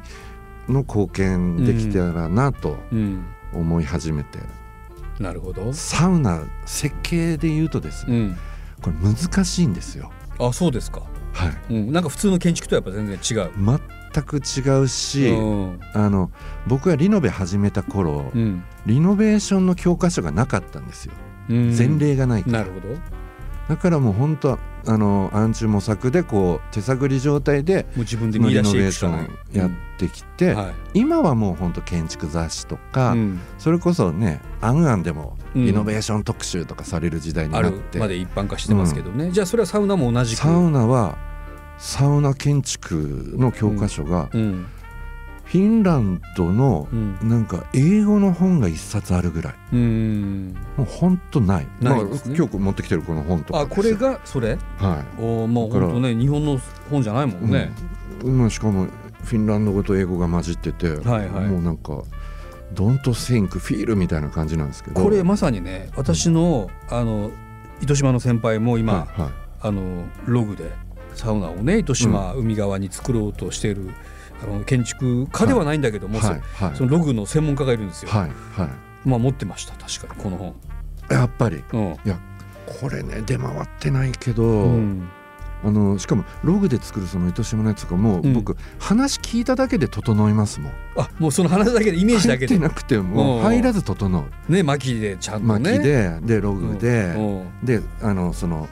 Speaker 3: の貢献できたらなと
Speaker 2: うん
Speaker 3: 思い始めて、
Speaker 2: なるほど。
Speaker 3: サウナ設計で言うとです
Speaker 2: う
Speaker 3: ね、
Speaker 2: ん、
Speaker 3: これ難しいんですよ。
Speaker 2: あそうですか、
Speaker 3: はい
Speaker 2: うん。なんか普通の建築とはやっぱ全然違う。
Speaker 3: 全く違うし、
Speaker 2: うん
Speaker 3: あの僕がリノベ始めた頃、
Speaker 2: うん
Speaker 3: リノベーションの教科書がなかったんですよ、
Speaker 2: うん
Speaker 3: 前例がないから
Speaker 2: なるほど。も
Speaker 3: だからもう本当はあの暗中模索でこう手探り状態で
Speaker 2: う自分で
Speaker 3: リノ
Speaker 2: 見
Speaker 3: ベ
Speaker 2: 出してい
Speaker 3: ー
Speaker 2: く
Speaker 3: シ
Speaker 2: しか
Speaker 3: ョ
Speaker 2: ない
Speaker 3: ン。やってきて、
Speaker 2: うんはい
Speaker 3: 今はもう本当建築雑誌とか、
Speaker 2: うん
Speaker 3: それこそね「アンアン」でも
Speaker 2: うん
Speaker 3: リノベーション特集とかされる時代に
Speaker 2: あ
Speaker 3: なっ
Speaker 2: る
Speaker 3: て、
Speaker 2: まで一般化してますけどね、じゃあそれはサウナも同じく。
Speaker 3: サウナはサウナ建築の教科書が、
Speaker 2: うん
Speaker 3: フィンランドの
Speaker 2: うん
Speaker 3: なんか英語の本が一冊あるぐらい。
Speaker 2: うん、
Speaker 3: もう本当ない。
Speaker 2: ない
Speaker 3: ま
Speaker 2: ですね
Speaker 3: あ、今日持ってきてるこの本とか
Speaker 2: あ
Speaker 3: です
Speaker 2: これがそれ
Speaker 3: は
Speaker 2: おもう
Speaker 3: だから
Speaker 2: 本当ね日本の本じゃないもん
Speaker 3: い。
Speaker 2: ね。
Speaker 3: うん。まあしかもフィンランド語と英語が混じってて、
Speaker 2: はいはい
Speaker 3: もうなんか「Don't think feel」みたいな感じなんですけど。
Speaker 2: これまさにね私のあの糸島の先輩も今、
Speaker 3: はいはい
Speaker 2: あのログでサウナをね糸島海側に作ろうとしている、あの建築家ではないんだけども、
Speaker 3: はい
Speaker 2: そ
Speaker 3: はい
Speaker 2: そのログの専門家がいるんですよ。
Speaker 3: はいは
Speaker 2: まあ持ってました確かにこの本。
Speaker 3: い。やっぱり
Speaker 2: うん
Speaker 3: これね出回ってないけど、
Speaker 2: うん
Speaker 3: あのしかもログで作るその糸島のやつとか
Speaker 2: う
Speaker 3: も
Speaker 2: ん
Speaker 3: う僕、話聞いただけで整いますもん。
Speaker 2: あもうその話だけでイメージだけ
Speaker 3: 入
Speaker 2: で
Speaker 3: ってなくて
Speaker 2: う
Speaker 3: も
Speaker 2: ん
Speaker 3: 入らず整う。
Speaker 2: ね巻きでちゃんとね。
Speaker 3: 巻きででログで。
Speaker 2: うん
Speaker 3: であのその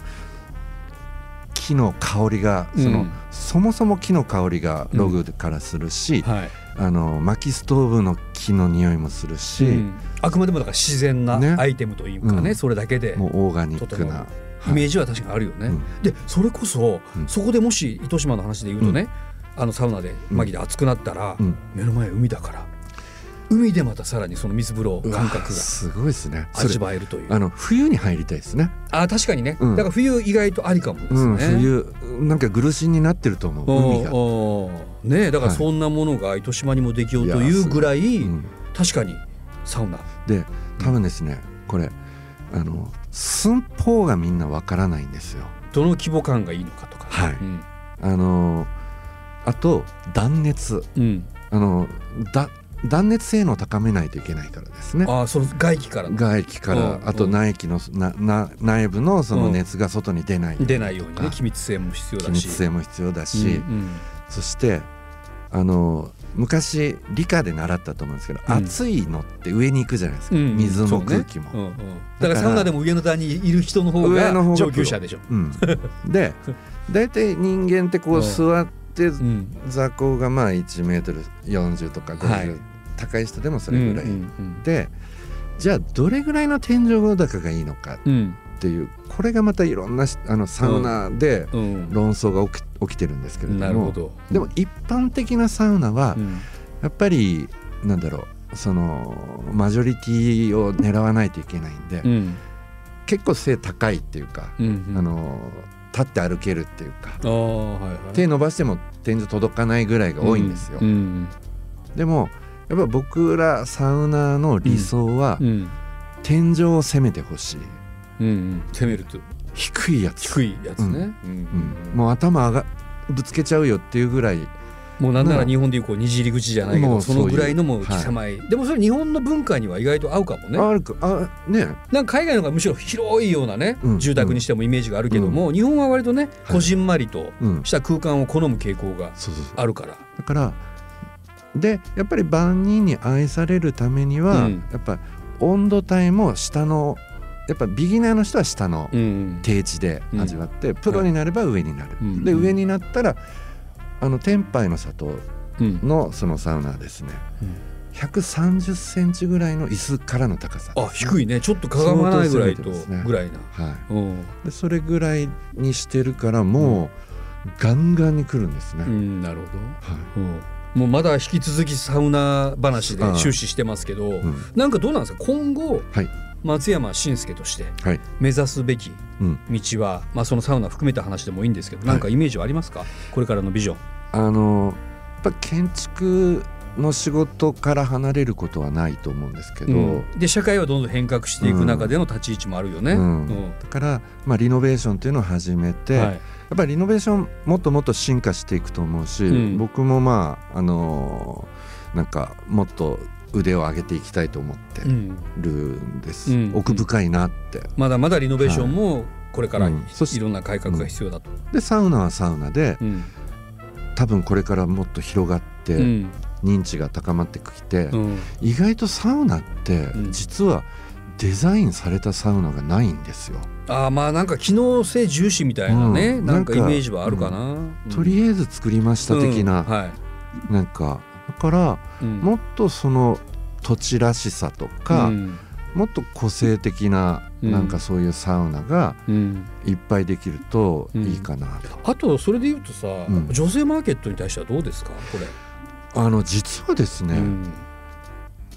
Speaker 3: 木の香りがそ
Speaker 2: う
Speaker 3: の、
Speaker 2: ん
Speaker 3: そもそも木の香りがログからするし、
Speaker 2: はい
Speaker 3: あの薪ストーブの木の匂いもするし、
Speaker 2: うんあくまでもだから自然な
Speaker 3: ね
Speaker 2: アイテムというかね
Speaker 3: うん
Speaker 2: それだけで
Speaker 3: もうオーガニックな、
Speaker 2: イメージは確かにあるよね、
Speaker 3: うん
Speaker 2: でそれこそ、
Speaker 3: うん
Speaker 2: そこでもし糸島の話で言うとね、あのサウナで
Speaker 3: うん
Speaker 2: 紛れ熱くなったら、
Speaker 3: うん
Speaker 2: 目の前海だから海でまたさらにその水風呂
Speaker 3: うわ
Speaker 2: 感覚が
Speaker 3: すごいですねそれ
Speaker 2: 味わえるという
Speaker 3: あ
Speaker 2: あ
Speaker 3: の冬に入りたいですね
Speaker 2: 確かにね、
Speaker 3: うん
Speaker 2: だから冬意外とありかもですね、
Speaker 3: うん、冬なんか苦しんになってると思う海が、
Speaker 2: おーおーねえだから
Speaker 3: はい
Speaker 2: そんなものが糸島にもできようというぐらい
Speaker 3: うん
Speaker 2: 確かにサウナ
Speaker 3: で多分ですねこれあの寸法がみんなわからないんですよ
Speaker 2: どの規模感がいいのかとか、
Speaker 3: はい
Speaker 2: うん
Speaker 3: あのあと断熱
Speaker 2: うん、
Speaker 3: あのだ断熱性能を高めないといけないからですね
Speaker 2: ああその外気からの
Speaker 3: 外気から、
Speaker 2: うん
Speaker 3: あと内気のなな内部のその熱が外に出ない、
Speaker 2: 出ないようにね
Speaker 3: あ
Speaker 2: 気密性も必要
Speaker 3: 気
Speaker 2: だ
Speaker 3: 密
Speaker 2: し
Speaker 3: 性も必要だし、
Speaker 2: うん
Speaker 3: そしてあの昔理科で習ったと思うんですけど、
Speaker 2: うん
Speaker 3: 暑いのって上に行くじゃないですか、
Speaker 2: うんうん
Speaker 3: 水
Speaker 2: そ
Speaker 3: も
Speaker 2: うね
Speaker 3: 空気も。
Speaker 2: うんうんだか
Speaker 3: だから
Speaker 2: らサウナでも上の段にいる人の方
Speaker 3: 上の
Speaker 2: が
Speaker 3: 方が
Speaker 2: 上級者でしょ。
Speaker 3: うんで大体人間ってこ
Speaker 2: うん
Speaker 3: う座って
Speaker 2: うん
Speaker 3: 座高がまあ1メートル40とか50、
Speaker 2: はい
Speaker 3: 高い人でもそれぐらい、
Speaker 2: うんうん
Speaker 3: でじゃあどれぐらいの天井高がいいのか
Speaker 2: うん
Speaker 3: っていうこれがまたいろんなしあのサウナで
Speaker 2: うん
Speaker 3: 論争が起き起きてるんですけれども
Speaker 2: なるほど。
Speaker 3: でも一般的なサウナは
Speaker 2: うん
Speaker 3: やっぱりなんだろうそのマジョリティを狙わないといけないんで、
Speaker 2: うん
Speaker 3: 結構背高いっていうか、
Speaker 2: うんうん
Speaker 3: あの立って歩けるっていうか、
Speaker 2: ああはいはい。
Speaker 3: 手伸ばしても天井届かないぐらいが多いんですよ、
Speaker 2: うん
Speaker 3: でもやっぱ僕らサウナーの理想は
Speaker 2: うんうん
Speaker 3: 天井を攻めてほしい
Speaker 2: うんうん攻めると
Speaker 3: 低いやつ
Speaker 2: 低いやつね。
Speaker 3: うん
Speaker 2: も
Speaker 3: もう頭がぶつけちゃうよっていうぐらい
Speaker 2: もうなんなら日本でいうこうにじり口じゃないけ
Speaker 3: も
Speaker 2: ど
Speaker 3: う
Speaker 2: そ
Speaker 3: そういう
Speaker 2: のぐらいのもう貴様い。でもそれ日本の文化には意外と合うかもね。
Speaker 3: あるかあね
Speaker 2: なんか海外の方がむしろ広いようなね、
Speaker 3: うん
Speaker 2: 住宅にしてもイメージがあるけども、日本は割とねこじんまりと
Speaker 3: うん
Speaker 2: した空間を好む傾向が
Speaker 3: そうそうそう
Speaker 2: あるから、
Speaker 3: だからでやっぱり万人に愛されるためには、
Speaker 2: うん
Speaker 3: やっぱ温度帯も下のやっぱビギナーの人は下の
Speaker 2: うん
Speaker 3: 定置で味わって、プロになれば上になる、
Speaker 2: うん
Speaker 3: で
Speaker 2: うん
Speaker 3: 上になったらあの天杯の里のそのサウナはですね、
Speaker 2: うん
Speaker 3: 130センチぐらいの椅子からの高さ
Speaker 2: あ
Speaker 3: ですね、
Speaker 2: 低いねちょっとかがまないぐらいと
Speaker 3: 相当攻めてますね
Speaker 2: ぐらいな、
Speaker 3: はい
Speaker 2: うん
Speaker 3: でそれぐらいにしてるからもうガンガンに来るんですね、
Speaker 2: うん、なるほ
Speaker 3: はい
Speaker 2: ど、うんもうまだ引き続きサウナ話で
Speaker 3: ああ
Speaker 2: 終始してますけど、
Speaker 3: うん
Speaker 2: なんかどうなんですか今後、
Speaker 3: はい
Speaker 2: 松山真介として
Speaker 3: はい
Speaker 2: 目指すべき
Speaker 3: うん
Speaker 2: 道は、まあ、そのサウナ含めた話でもいいんですけど、なんかイメージはありますかこれからのビジョン。
Speaker 3: あのやっぱ建築の仕事から離れることはないと思うんですけど、
Speaker 2: うんで社会はどんどん変革していく中での立ち位置もあるよね。
Speaker 3: うん
Speaker 2: うん
Speaker 3: だから、まあ、リノベーションっていうのを始めて、
Speaker 2: は
Speaker 3: や
Speaker 2: い
Speaker 3: っぱりリノベーションもっともっと進化していくと思うし、
Speaker 2: うん
Speaker 3: 僕もまああのなんかもっと腕を上げていきたいと思って
Speaker 2: うん
Speaker 3: るんです、
Speaker 2: うん
Speaker 3: 奥深いなって
Speaker 2: まだまだリノベーションもこれから
Speaker 3: うんそし
Speaker 2: いろんな改革が必要だと。
Speaker 3: でサウナはサウナで
Speaker 2: うん
Speaker 3: 多分これからもっと広がって、
Speaker 2: うん
Speaker 3: 認知が高まってきて、
Speaker 2: うん
Speaker 3: 意外とサウナって
Speaker 2: うん
Speaker 3: 実はデザインされたサウナがないんですよ、
Speaker 2: あーまあなんか機能性重視みたいなね、
Speaker 3: うん
Speaker 2: なんかイ
Speaker 3: なんか
Speaker 2: メージはあるかな。うん
Speaker 3: とりあえず作りました的な、
Speaker 2: うんはい
Speaker 3: なんかだから
Speaker 2: うん
Speaker 3: もっとその土地らしさとか、
Speaker 2: うん
Speaker 3: もっと個性的な
Speaker 2: うん
Speaker 3: なんかそういうサウナが
Speaker 2: うん
Speaker 3: いっぱいできるといいかなと、
Speaker 2: あとそれで言うとさ、
Speaker 3: うん
Speaker 2: 女性マーケットに対してはどうですかこれ。
Speaker 3: あの実はですね、
Speaker 2: うん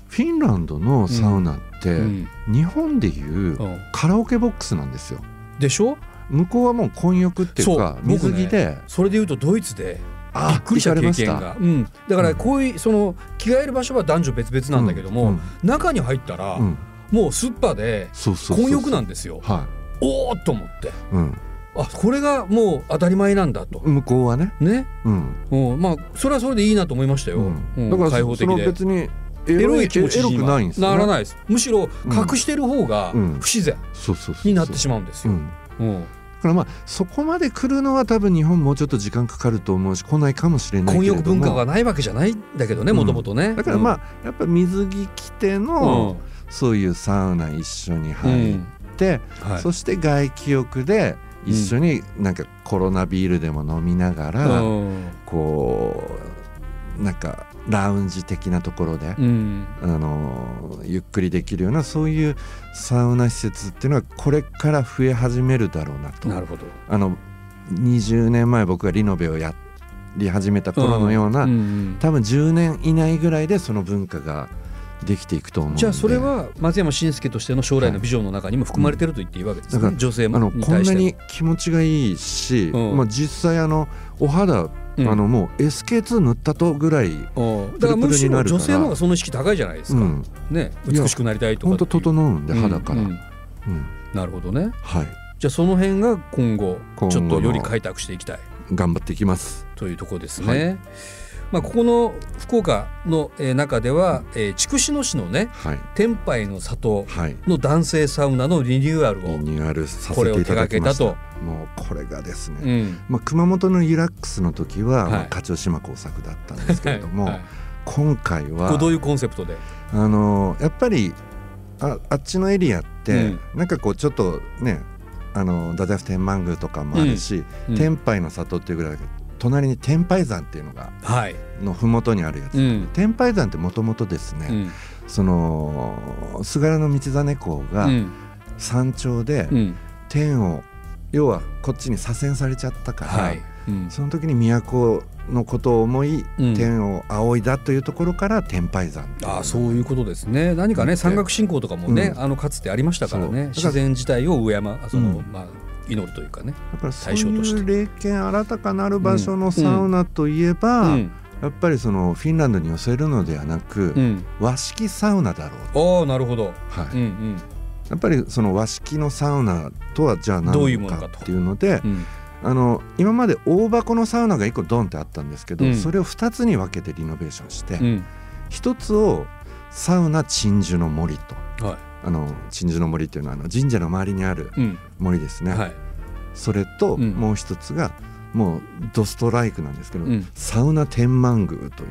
Speaker 3: フィンランドのサウナって、
Speaker 2: うん
Speaker 3: 日本でいう
Speaker 2: うん
Speaker 3: カラオケボックスなんですよ
Speaker 2: でしょ
Speaker 3: 向こうはもう混浴っていうか
Speaker 2: そう僕
Speaker 3: 水
Speaker 2: ね
Speaker 3: 着で、
Speaker 2: それで言うとドイツで
Speaker 3: あ
Speaker 2: びっくりした経験
Speaker 3: 行かれま
Speaker 2: が、うん、だからこういうその着替える場所は男女別々なんだけども、
Speaker 3: うん
Speaker 2: 中に入ったら、
Speaker 3: うん、
Speaker 2: もうスッパで
Speaker 3: そうそうそう
Speaker 2: 混浴なんですよ
Speaker 3: は
Speaker 2: おおっと思って
Speaker 3: い、うん、
Speaker 2: あこれがもう当たり前なんだと、
Speaker 3: 向こうはね、
Speaker 2: ね、
Speaker 3: うん
Speaker 2: うん、まあそれはそれでいいなと思いましたよ、うん
Speaker 3: だから
Speaker 2: 開放
Speaker 3: そ
Speaker 2: 的
Speaker 3: の
Speaker 2: で
Speaker 3: 別に
Speaker 2: エ
Speaker 3: エ
Speaker 2: ロい気持ち
Speaker 3: エロ
Speaker 2: に
Speaker 3: く
Speaker 2: は
Speaker 3: ないんですよね
Speaker 2: らないですむしろ隠してる方が
Speaker 3: うん
Speaker 2: 不自然
Speaker 3: そうそうそう
Speaker 2: になって
Speaker 3: し
Speaker 2: しまうんです
Speaker 3: う
Speaker 2: よ、
Speaker 3: ん、だ
Speaker 2: うん
Speaker 3: からまあそこまで来るのは多分日本もうちょっと時間かかると思うし来ないかもしれないけ
Speaker 2: 混
Speaker 3: れども
Speaker 2: 浴文化がないわけじゃないんだけどね
Speaker 3: うん
Speaker 2: もともとね
Speaker 3: だからまあ、やっぱ水着着て
Speaker 2: あうん
Speaker 3: の、そういうサウナ一緒に
Speaker 2: うん
Speaker 3: 入って、
Speaker 2: はい
Speaker 3: そして外気浴で一緒になんかコロナビールでも飲みながら、
Speaker 2: うん
Speaker 3: こうなんかラウンジ的なところで、
Speaker 2: うん
Speaker 3: あのゆっくりできるようなそういうサウナ施設っていうのはこれから増え始めるだろうなと
Speaker 2: なるほど
Speaker 3: あの20年前僕がリノベをやり始めた頃のような、
Speaker 2: んん
Speaker 3: 多分10年以内ぐらいでその文化ができていくと思うんで
Speaker 2: じゃあそれは松山真介としての将来のビジョンの中にも含まれてると言っていいわけですね、
Speaker 3: はいうん
Speaker 2: 女性
Speaker 3: あの
Speaker 2: もに
Speaker 3: こん
Speaker 2: 対し
Speaker 3: な
Speaker 2: ても
Speaker 3: に気持ちがいいし、
Speaker 2: うん
Speaker 3: まあ、実際あのお肌、あのもう SK2 塗ったとぐらい、
Speaker 2: うんだからむしろ女性の方がその意識高いじゃないです
Speaker 3: う
Speaker 2: か、
Speaker 3: ん、
Speaker 2: ね
Speaker 3: いや
Speaker 2: 美しくなりたいとか
Speaker 3: ほんと
Speaker 2: っていう
Speaker 3: 整うんで
Speaker 2: うん
Speaker 3: 肌から、
Speaker 2: う
Speaker 3: うんん
Speaker 2: なるほどね
Speaker 3: はい
Speaker 2: じゃあその辺が今後
Speaker 3: 今後の
Speaker 2: ちょっとより開拓していきたい
Speaker 3: 頑張っていきます
Speaker 2: というところですね、
Speaker 3: はい
Speaker 2: まあここの福岡のえー中では、えー筑紫野市のね
Speaker 3: はい
Speaker 2: 天杯の里
Speaker 3: はい
Speaker 2: の男性サウナのリニューアル
Speaker 3: リ
Speaker 2: を、
Speaker 3: ニューアルさせていただきまし
Speaker 2: これを手掛
Speaker 3: たもうこれがですね、
Speaker 2: うん
Speaker 3: まあ、熊本のユラックスの時は、
Speaker 2: はい
Speaker 3: まあ、勝島工作だったんですけれども、
Speaker 2: はい
Speaker 3: 今回
Speaker 2: こ
Speaker 3: は
Speaker 2: れどういうコンセプトで、
Speaker 3: あのやっぱりああっちのエリアって、なんかこうちょっとねあの太宰府天満宮とかもあるし、
Speaker 2: うん
Speaker 3: 天拝の里っていうぐらいだけど隣に天拝山っていうのが
Speaker 2: はい、
Speaker 3: の麓にあるやつ、
Speaker 2: うん
Speaker 3: 天拝山ってもともとですね、
Speaker 2: うん
Speaker 3: その菅原道真公が
Speaker 2: うん
Speaker 3: 山頂で
Speaker 2: うん
Speaker 3: 天を、要はこっちに左遷されちゃったから、
Speaker 2: はい、うん
Speaker 3: その時に都のことを思い、
Speaker 2: うん
Speaker 3: 天を仰いだというところから天拝山ってい
Speaker 2: ああそういうことですね何かね山岳信仰とかもね、
Speaker 3: うん
Speaker 2: あのかつてありましたから
Speaker 3: そうだ
Speaker 2: ね
Speaker 3: から
Speaker 2: 自然自体を敬うその、
Speaker 3: うん
Speaker 2: まあ、祈るというかね、
Speaker 3: だからそう
Speaker 2: 対象とし
Speaker 3: い
Speaker 2: て
Speaker 3: う霊験新たかなる場所のサウナといえば、
Speaker 2: うん
Speaker 3: やっぱりそのフィンランドに寄せるのではなく、
Speaker 2: うん、
Speaker 3: 和式サウナだろう、
Speaker 2: ああなるほど、
Speaker 3: はい
Speaker 2: うん
Speaker 3: やっぱりその和式のサウナとはじゃあ
Speaker 2: どういう
Speaker 3: 何
Speaker 2: ものか
Speaker 3: か
Speaker 2: と
Speaker 3: っていうので
Speaker 2: うん
Speaker 3: あの今まで大箱のサウナが1個ドンってあったんですけど、
Speaker 2: うん
Speaker 3: それを2つに分けてリノベーションして、
Speaker 2: うん
Speaker 3: 1つをサウナ鎮守の森と
Speaker 2: うんは
Speaker 3: あの鎮守の森っていうのはあの神社の周りにある
Speaker 2: い、うん
Speaker 3: 森ですね、
Speaker 2: はい
Speaker 3: それと
Speaker 2: うん
Speaker 3: もう一つが、もうドストライクなんですけど、
Speaker 2: うん
Speaker 3: サウナ天満宮という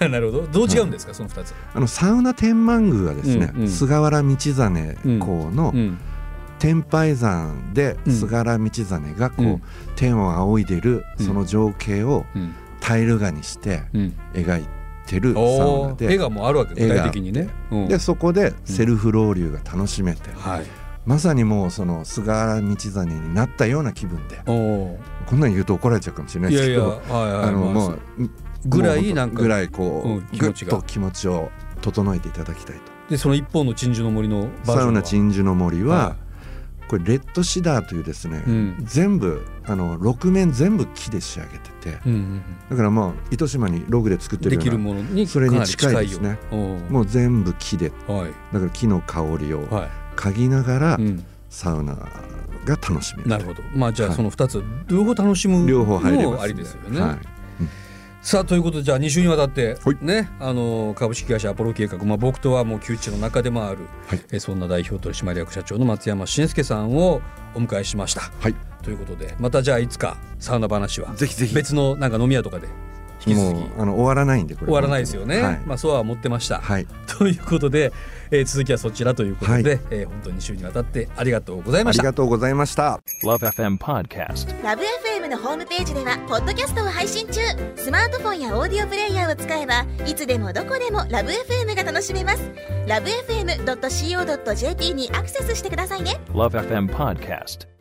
Speaker 2: なるほどどう違うんですか、その二つ、
Speaker 3: あのサウナ天満宮はですね、
Speaker 2: うんうん
Speaker 3: 菅原道真公の
Speaker 2: うん
Speaker 3: 天拝山で
Speaker 2: うん
Speaker 3: 菅原道真がこう、
Speaker 2: うん
Speaker 3: 天を仰いでる
Speaker 2: うん
Speaker 3: その情景を
Speaker 2: うん
Speaker 3: タイル画にして
Speaker 2: うん、
Speaker 3: 描いてるサウ
Speaker 2: お
Speaker 3: ナ
Speaker 2: ー絵
Speaker 3: で。
Speaker 2: がもうあるわけ具
Speaker 3: 絵が
Speaker 2: 体的にね、うん
Speaker 3: でそこでセルフロウリュが楽しめて、
Speaker 2: はい
Speaker 3: まさにもうその菅原道真になったような気分で
Speaker 2: おお
Speaker 3: こんなん言うと怒られちゃうかもしれない
Speaker 2: い
Speaker 3: で
Speaker 2: や
Speaker 3: す
Speaker 2: いや
Speaker 3: けど
Speaker 2: はいはい
Speaker 3: あの
Speaker 2: まあ
Speaker 3: も
Speaker 2: そう
Speaker 3: う
Speaker 2: ぐら
Speaker 3: も
Speaker 2: いうなんか
Speaker 3: ぐらいこう、
Speaker 2: うん気
Speaker 3: ぐ
Speaker 2: 持
Speaker 3: っ
Speaker 2: ちが
Speaker 3: と気持ちを整えていただきたいと
Speaker 2: でその一方の鎮守の森のバージョンは
Speaker 3: サウナ鎮守の森は、
Speaker 2: は
Speaker 3: これレッドシダーというですね、
Speaker 2: うん
Speaker 3: 全部あの6面全部木で仕上げてて
Speaker 2: うんうん
Speaker 3: だからもう糸島にログで作っ
Speaker 2: うん、
Speaker 3: てる
Speaker 2: で
Speaker 3: よ
Speaker 2: きる
Speaker 3: うな
Speaker 2: ものに
Speaker 3: それに
Speaker 2: かなり
Speaker 3: 近いですね
Speaker 2: 近いよ
Speaker 3: もう全部木で
Speaker 2: おーはい
Speaker 3: だから木の香りを
Speaker 2: は
Speaker 3: 嗅ぎながら
Speaker 2: い、うん、
Speaker 3: サウナが楽しめる
Speaker 2: なるほどまあじゃあ
Speaker 3: はい
Speaker 2: その二つ、両方楽しむ
Speaker 3: 両方入れ
Speaker 2: の
Speaker 3: ます
Speaker 2: もありですよね、
Speaker 3: はい
Speaker 2: さあということでじゃあ2週にわたって、
Speaker 3: はい
Speaker 2: ねあの株式会社アポロ計画、まあ、僕とはもう旧知の中でもある、
Speaker 3: はい
Speaker 2: えそんな代表取締役社長の松山信介さんをお迎えしました。
Speaker 3: はい
Speaker 2: ということでまたじゃあいつかサウナ話は
Speaker 3: ぜひぜひ
Speaker 2: 別のなんか飲み屋とかで引き
Speaker 3: も
Speaker 2: 続
Speaker 3: う
Speaker 2: き
Speaker 3: あの終わらないんでこれ
Speaker 2: 終わらないですよね、
Speaker 3: はい、
Speaker 2: まあそうは思ってました。
Speaker 3: はい、
Speaker 2: ということで、えー続きはそちらということで、
Speaker 3: は
Speaker 2: えー本当に週にわたってありがとうござい
Speaker 3: あ
Speaker 2: まし
Speaker 3: り
Speaker 2: た。
Speaker 3: がとうございました
Speaker 4: ラブ f m Podcast
Speaker 5: ラブ f m のホームページではポッドキャストを配信中スマートフォンやオーディオプレイヤーを使えばいつでもどこでもラブ f m が楽しめますラブ FM.co.jp にアクセスしてくださいね
Speaker 4: Love FM Podcast